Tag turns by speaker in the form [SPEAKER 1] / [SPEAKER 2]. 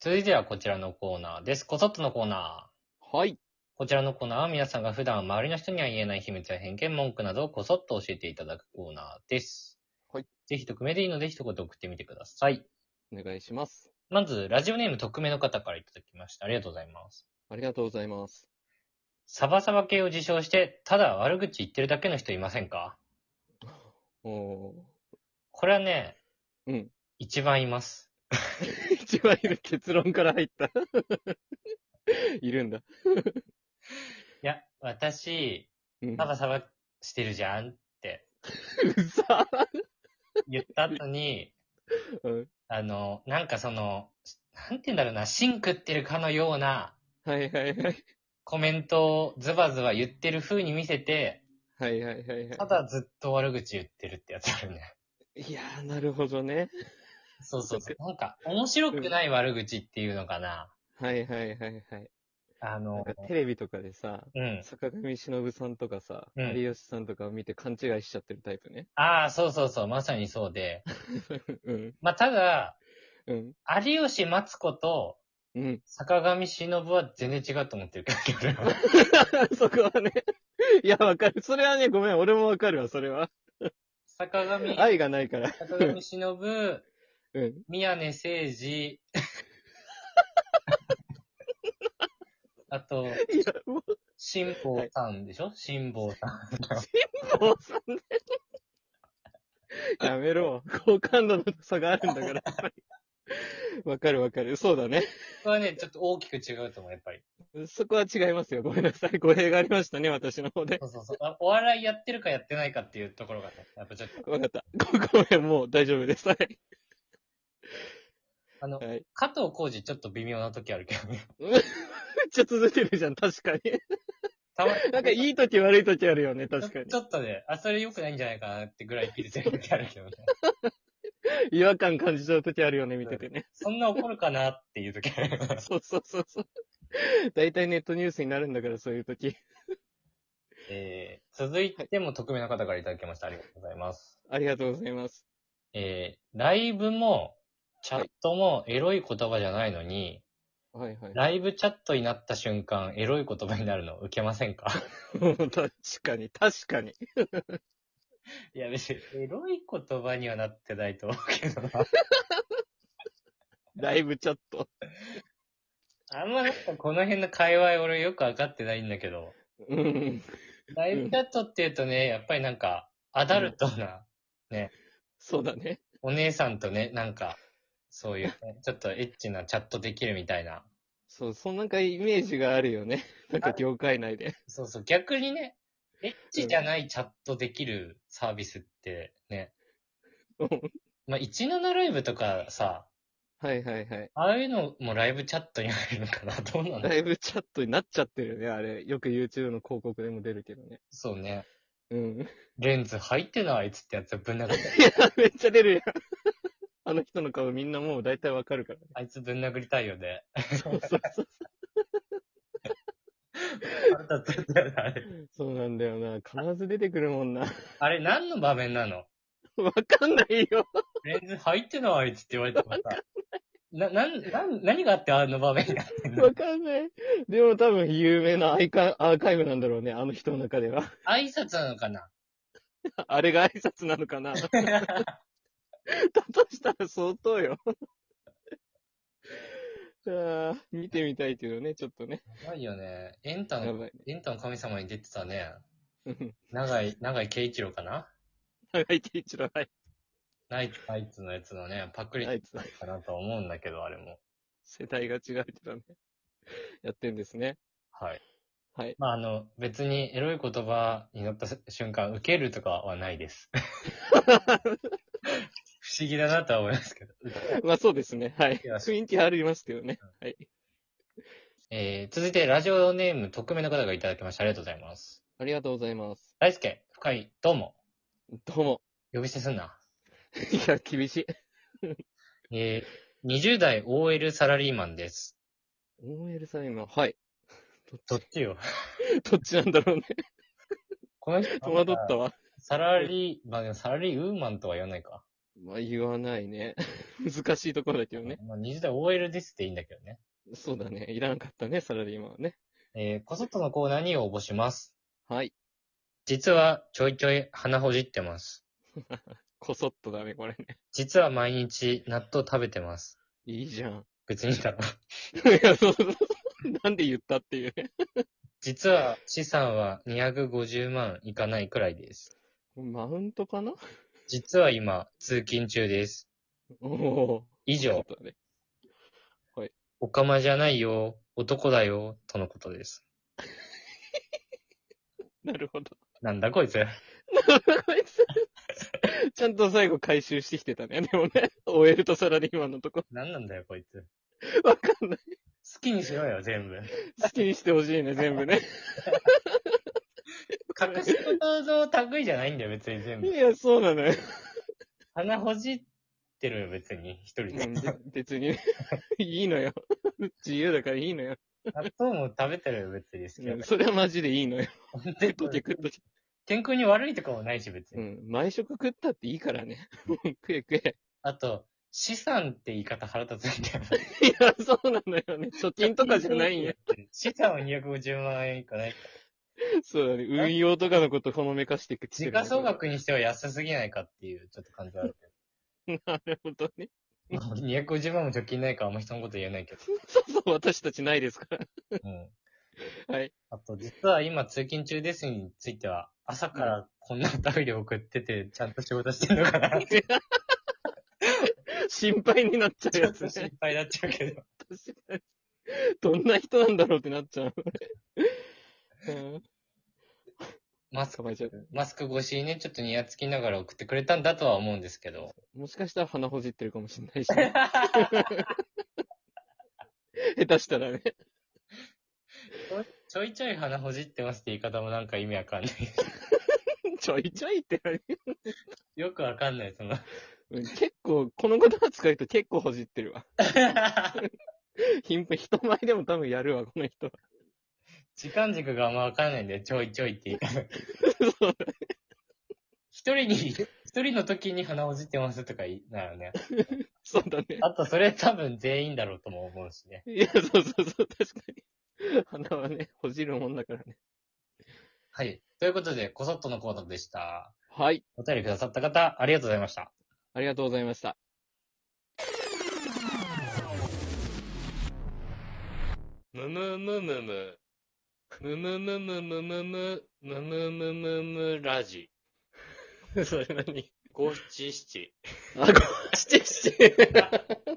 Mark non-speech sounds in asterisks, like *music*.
[SPEAKER 1] 続いてはこちらのコーナーです。こそっとのコーナー。
[SPEAKER 2] はい。
[SPEAKER 1] こちらのコーナーは皆さんが普段周りの人には言えない秘密や偏見、文句などをこそっと教えていただくコーナーです。
[SPEAKER 2] はい。
[SPEAKER 1] ぜひ匿名でいいので一言送ってみてください。
[SPEAKER 2] お願いします。
[SPEAKER 1] まず、ラジオネーム匿名の方からいただきました。ありがとうございます。
[SPEAKER 2] ありがとうございます。
[SPEAKER 1] サバサバ系を自称して、ただ悪口言ってるだけの人いませんか
[SPEAKER 2] おー。
[SPEAKER 1] これはね、
[SPEAKER 2] うん。
[SPEAKER 1] 一番います。
[SPEAKER 2] 一番いる結論から入った。 *laughs* いるんだ。
[SPEAKER 1] いや、私、
[SPEAKER 2] うん。
[SPEAKER 1] サバサバしてるじゃんって
[SPEAKER 2] うざ
[SPEAKER 1] 言った後に、
[SPEAKER 2] うん。
[SPEAKER 1] あの、なんかその、なんて言うんだろうな、シンクってるかのような
[SPEAKER 2] はいはいはい。
[SPEAKER 1] コメントをズバズバ言ってる風に見せて、
[SPEAKER 2] はいはいはいはい。
[SPEAKER 1] ただずっと悪口言ってるってやつある
[SPEAKER 2] *laughs*
[SPEAKER 1] ね。
[SPEAKER 2] いやー、なるほどね。
[SPEAKER 1] そうそうそう。なんか、面白くない悪口っていうのかな。
[SPEAKER 2] はいはいはいはい。
[SPEAKER 1] あ
[SPEAKER 2] なん
[SPEAKER 1] の
[SPEAKER 2] か、テレビとかでさ、
[SPEAKER 1] うん。
[SPEAKER 2] 坂上忍さんとかさ、
[SPEAKER 1] うん
[SPEAKER 2] 有吉さんとかを見て勘違いしちゃってるタイプね。
[SPEAKER 1] ああ、そうそうそう、まさにそうで。
[SPEAKER 2] うん。
[SPEAKER 1] まあ、ただ、
[SPEAKER 2] うん。
[SPEAKER 1] 有吉松子と *laughs*
[SPEAKER 2] うん。
[SPEAKER 1] 坂上忍は全然違うと思ってるけ
[SPEAKER 2] *laughs*
[SPEAKER 1] ど、俺は
[SPEAKER 2] そこはね。いや、わかる。それはね、ごめん。俺もわかるわ、それは。
[SPEAKER 1] 坂上、
[SPEAKER 2] 愛がないから。
[SPEAKER 1] 坂上忍、
[SPEAKER 2] うん。
[SPEAKER 1] 宮根誠司。あと、
[SPEAKER 2] いや、もう、
[SPEAKER 1] 辛坊さんでしょ辛坊さん。
[SPEAKER 2] もうそんな。 *laughs* やめろ。好感度の差があるんだから、やっ *laughs* ぱり。わかるわかる。そうだね。
[SPEAKER 1] これはね、ちょっと大きく違うと思う、やっぱり。
[SPEAKER 2] そこは違いますよ。ごめんなさい。語弊がありましたね、私の方で。
[SPEAKER 1] そうそうそう。あお笑いやってるかやってないかっていうところがね、やっぱちょっと。
[SPEAKER 2] わかった。ごごめん、もう大丈夫です。はい。
[SPEAKER 1] あの、
[SPEAKER 2] はい。 *laughs*
[SPEAKER 1] 加藤浩二ちょっと微妙な時あるけどね。
[SPEAKER 2] めっちゃ続いてるじゃん、確かに。
[SPEAKER 1] たま
[SPEAKER 2] なんかいい時悪い時あるよね、確かに
[SPEAKER 1] ち。ょっとね、あ、それ良くないんじゃないかなってぐらい切れてる時あるけどね。
[SPEAKER 2] 違和感感じちゃう時あるよね、見ててね。
[SPEAKER 1] そんな怒るかなっていう時あるよね。
[SPEAKER 2] そうそうそうそう。大体ネットニュースになるんだから、そういう時。
[SPEAKER 1] えー、続いても匿名の方からいただきました。ありがとうございます。
[SPEAKER 2] ありがとうございます。
[SPEAKER 1] えーライブも、チャットもエロい言葉じゃないのに、
[SPEAKER 2] はい *laughs* はい。
[SPEAKER 1] ライブチャットになった瞬間、エロい言葉になるの受けませんか
[SPEAKER 2] 確かに、確かに。
[SPEAKER 1] いや、別に、エロい言葉にはなってないと思うけどな。
[SPEAKER 2] ライブチャット。
[SPEAKER 1] *laughs* あんまなんかこの辺の界隈俺よくわかってないんだけど、
[SPEAKER 2] うん。
[SPEAKER 1] ライブチャットって言うとね、やっぱりなんか、アダルトな、
[SPEAKER 2] そうだね。
[SPEAKER 1] お姉さんとね、なんか、そういう、ね、ちょっとエッチなチャットできるみたいな。
[SPEAKER 2] そう、そんなんかイメージがあるよね。なんか業界内で。
[SPEAKER 1] そうそう、逆にね、エッチじゃないチャットできるサービスってね、
[SPEAKER 2] うん
[SPEAKER 1] まあ、17ライブとかさ、
[SPEAKER 2] はいはいはい。
[SPEAKER 1] ああいうのもライブチャットに入るのかなどうなの
[SPEAKER 2] ライブチャットになっちゃってるよね、あれ。よく YouTube の広告でも出るけどね。
[SPEAKER 1] そうね。
[SPEAKER 2] うん。い
[SPEAKER 1] レンズ入ってないあいつってやつぶん殴り、
[SPEAKER 2] や、 *laughs* めっちゃ出るやん。あの人の顔みんなもう大体わかるからね。
[SPEAKER 1] あいつぶん殴りたいよ
[SPEAKER 2] *laughs*
[SPEAKER 1] ね。
[SPEAKER 2] そうそうそう。
[SPEAKER 1] 腹立つんだよねあれ
[SPEAKER 2] *laughs* そうなんだよな。必ず出てくるもんな。
[SPEAKER 1] あれ何の場面なの
[SPEAKER 2] わかんないよ。
[SPEAKER 1] レンズ入ってないあいつって言われてもさ、な、なん、なん、何があってあの場
[SPEAKER 2] *laughs*
[SPEAKER 1] 面になってんの
[SPEAKER 2] わかんない。でも多分有名なアイカアーカイブなんだろうね、あの人の中では。
[SPEAKER 1] 挨拶なのかな
[SPEAKER 2] *laughs* あれが挨拶なのかなだとしたら相当よ。 *laughs* ああ、見てみたいけどね、ちょっとね。
[SPEAKER 1] やばいよね。エンタ
[SPEAKER 2] や
[SPEAKER 1] の、
[SPEAKER 2] ばい。
[SPEAKER 1] エンタの神様に出てたね。
[SPEAKER 2] うん
[SPEAKER 1] 長井、長井圭一郎かな
[SPEAKER 2] *laughs* 長井圭一郎、はい。
[SPEAKER 1] ナイツ、ナイツのやつのね、パクリ
[SPEAKER 2] あいつ、
[SPEAKER 1] かなとは思うんだけど、あれも。
[SPEAKER 2] 世代が違うけどね。やってんですね。
[SPEAKER 1] はい。
[SPEAKER 2] はい。
[SPEAKER 1] まあ、あの、別にエロい言葉になった瞬間、受けるとかはない
[SPEAKER 2] *laughs*
[SPEAKER 1] です。不思議だなとは思いますけど。
[SPEAKER 2] まあそうですね。はい。
[SPEAKER 1] いや
[SPEAKER 2] 雰囲気ありますけどね。はい。
[SPEAKER 1] えー、続いて、ラジオネーム、匿名の方がいただきました。ありがとうございます。
[SPEAKER 2] ありがとうございます。
[SPEAKER 1] 大輔、深井、どうも。
[SPEAKER 2] どうも。
[SPEAKER 1] 呼び捨てすんな。
[SPEAKER 2] *laughs* いや、厳しい。
[SPEAKER 1] えー、20代 OL サラリーマンです。
[SPEAKER 2] OL さん今、はい。
[SPEAKER 1] どっちよ。
[SPEAKER 2] どっちなんだろうね。
[SPEAKER 1] この人、
[SPEAKER 2] 戸惑ったわ。
[SPEAKER 1] サラリー、まあでもサラリーウーマンとは言わないか。
[SPEAKER 2] まあ言わないね。 *laughs* 難しいところだけどね。
[SPEAKER 1] まあ、20代 OL ですっていいんだけどね。
[SPEAKER 2] そうだね。いらなかったね、サラリーマンはね。
[SPEAKER 1] えー、こそっとのコーナーに応募します。
[SPEAKER 2] はい。
[SPEAKER 1] 実はちょいちょい鼻ほじってます。
[SPEAKER 2] こそっとだね、これね。
[SPEAKER 1] 実は毎日納豆食べてます。
[SPEAKER 2] いいじゃん。
[SPEAKER 1] 別にだろ。
[SPEAKER 2] いや、そうそうそう。なんで言ったっていうね。
[SPEAKER 1] 実は資産は250万いかないくらいです。
[SPEAKER 2] マウントかな
[SPEAKER 1] 実は今、通勤中です。
[SPEAKER 2] おお。
[SPEAKER 1] 以
[SPEAKER 2] ちょ
[SPEAKER 1] 上
[SPEAKER 2] っ、とね。
[SPEAKER 1] おかまじゃないよ、男だよ、とのことです。
[SPEAKER 2] なるほど。 *laughs*
[SPEAKER 1] なんだこいつ。
[SPEAKER 2] ちゃんと最後回収してきてたね。でもね、OL とサラリーマンのとこ。
[SPEAKER 1] なんなんだよこいつ。
[SPEAKER 2] わかんない。
[SPEAKER 1] 好きにしろよ、全部。
[SPEAKER 2] 好きにしてほしいね、全部ね。
[SPEAKER 1] 隠し事の類じゃないんだよ、別に全
[SPEAKER 2] い
[SPEAKER 1] 部。
[SPEAKER 2] や、そうなのよ。
[SPEAKER 1] 鼻ほじってるよ、別に、一人
[SPEAKER 2] うん
[SPEAKER 1] で。
[SPEAKER 2] べ別にね。いいのよ。自由だからいいのよ。
[SPEAKER 1] 納豆も食べてるよ、別に。好きだ
[SPEAKER 2] う
[SPEAKER 1] か
[SPEAKER 2] ん
[SPEAKER 1] ら
[SPEAKER 2] それはマジでいいのよ。食っとけ食っとけ。
[SPEAKER 1] 健康に悪いとかもないし、別
[SPEAKER 2] う
[SPEAKER 1] に。
[SPEAKER 2] ん。毎食食ったっていいからね。もう食え食え。
[SPEAKER 1] あと、資産って言い方腹立つんだよ。
[SPEAKER 2] いや、そうなのよね。貯金とかじゃないんよ。。
[SPEAKER 1] 資産は250万円いかない。
[SPEAKER 2] *laughs* そうだね。運用とかのことほのめかしてきて
[SPEAKER 1] 時
[SPEAKER 2] るか
[SPEAKER 1] 価
[SPEAKER 2] ら
[SPEAKER 1] 総額にしては安すぎないかっていう、ちょっと感じはある
[SPEAKER 2] *laughs* なるほどね。
[SPEAKER 1] けど。まあ250万も貯金ないからあんま人のこと言えないけ
[SPEAKER 2] *laughs* そうそう、私たちないですから。
[SPEAKER 1] ど。うん。
[SPEAKER 2] *laughs* はい。
[SPEAKER 1] あと、実は今通勤中ですについては、朝からこんなトイレ送ってて、ちゃんと仕事してんのかなって
[SPEAKER 2] 心配になっちゃう
[SPEAKER 1] ちょ
[SPEAKER 2] や
[SPEAKER 1] っ
[SPEAKER 2] つ
[SPEAKER 1] と心
[SPEAKER 2] *laughs* ね。
[SPEAKER 1] 配になっちゃうけど。
[SPEAKER 2] 確かにどんな人なんだろうってなっちゃう。うん、
[SPEAKER 1] マス
[SPEAKER 2] 捕まえちゃう。
[SPEAKER 1] ク、マスク越しにね、ちょっとニヤつきながら送ってくれたんだとは思うんですけど。
[SPEAKER 2] もしかしたら鼻ほじってるかもしれないし、
[SPEAKER 1] *laughs*
[SPEAKER 2] ね。下手したらね。
[SPEAKER 1] ちょいちょい鼻ほじってますって言い方もなんか意味わかんない。
[SPEAKER 2] ちょいちょいって何
[SPEAKER 1] よくわかんない、その。
[SPEAKER 2] うん結構、この言葉使うと結構ほじってるわ。頻繁、人前でも多分やるわ、この人は。 *laughs*
[SPEAKER 1] 時間軸があんまわかんないんで、ちょいちょいって言い方。
[SPEAKER 2] そうだ
[SPEAKER 1] 一人に、一人の時に鼻ほじってますとか言いなよね。
[SPEAKER 2] そうだね。
[SPEAKER 1] あと、それ多分全員だろうとも思うしね。
[SPEAKER 2] いや、そうそうそう、確かに。鼻はね、ほじるもんだからね。
[SPEAKER 1] はい。ということで、こそっとのコーナーでした。
[SPEAKER 2] はい。
[SPEAKER 1] お便りくださった方、ありがとうございました。
[SPEAKER 2] ありがとうございました。むむむむむ。むむむむむむむ。むむむむむラジ。 *laughs* それ何
[SPEAKER 1] 五七七。
[SPEAKER 2] あ、ご、七七。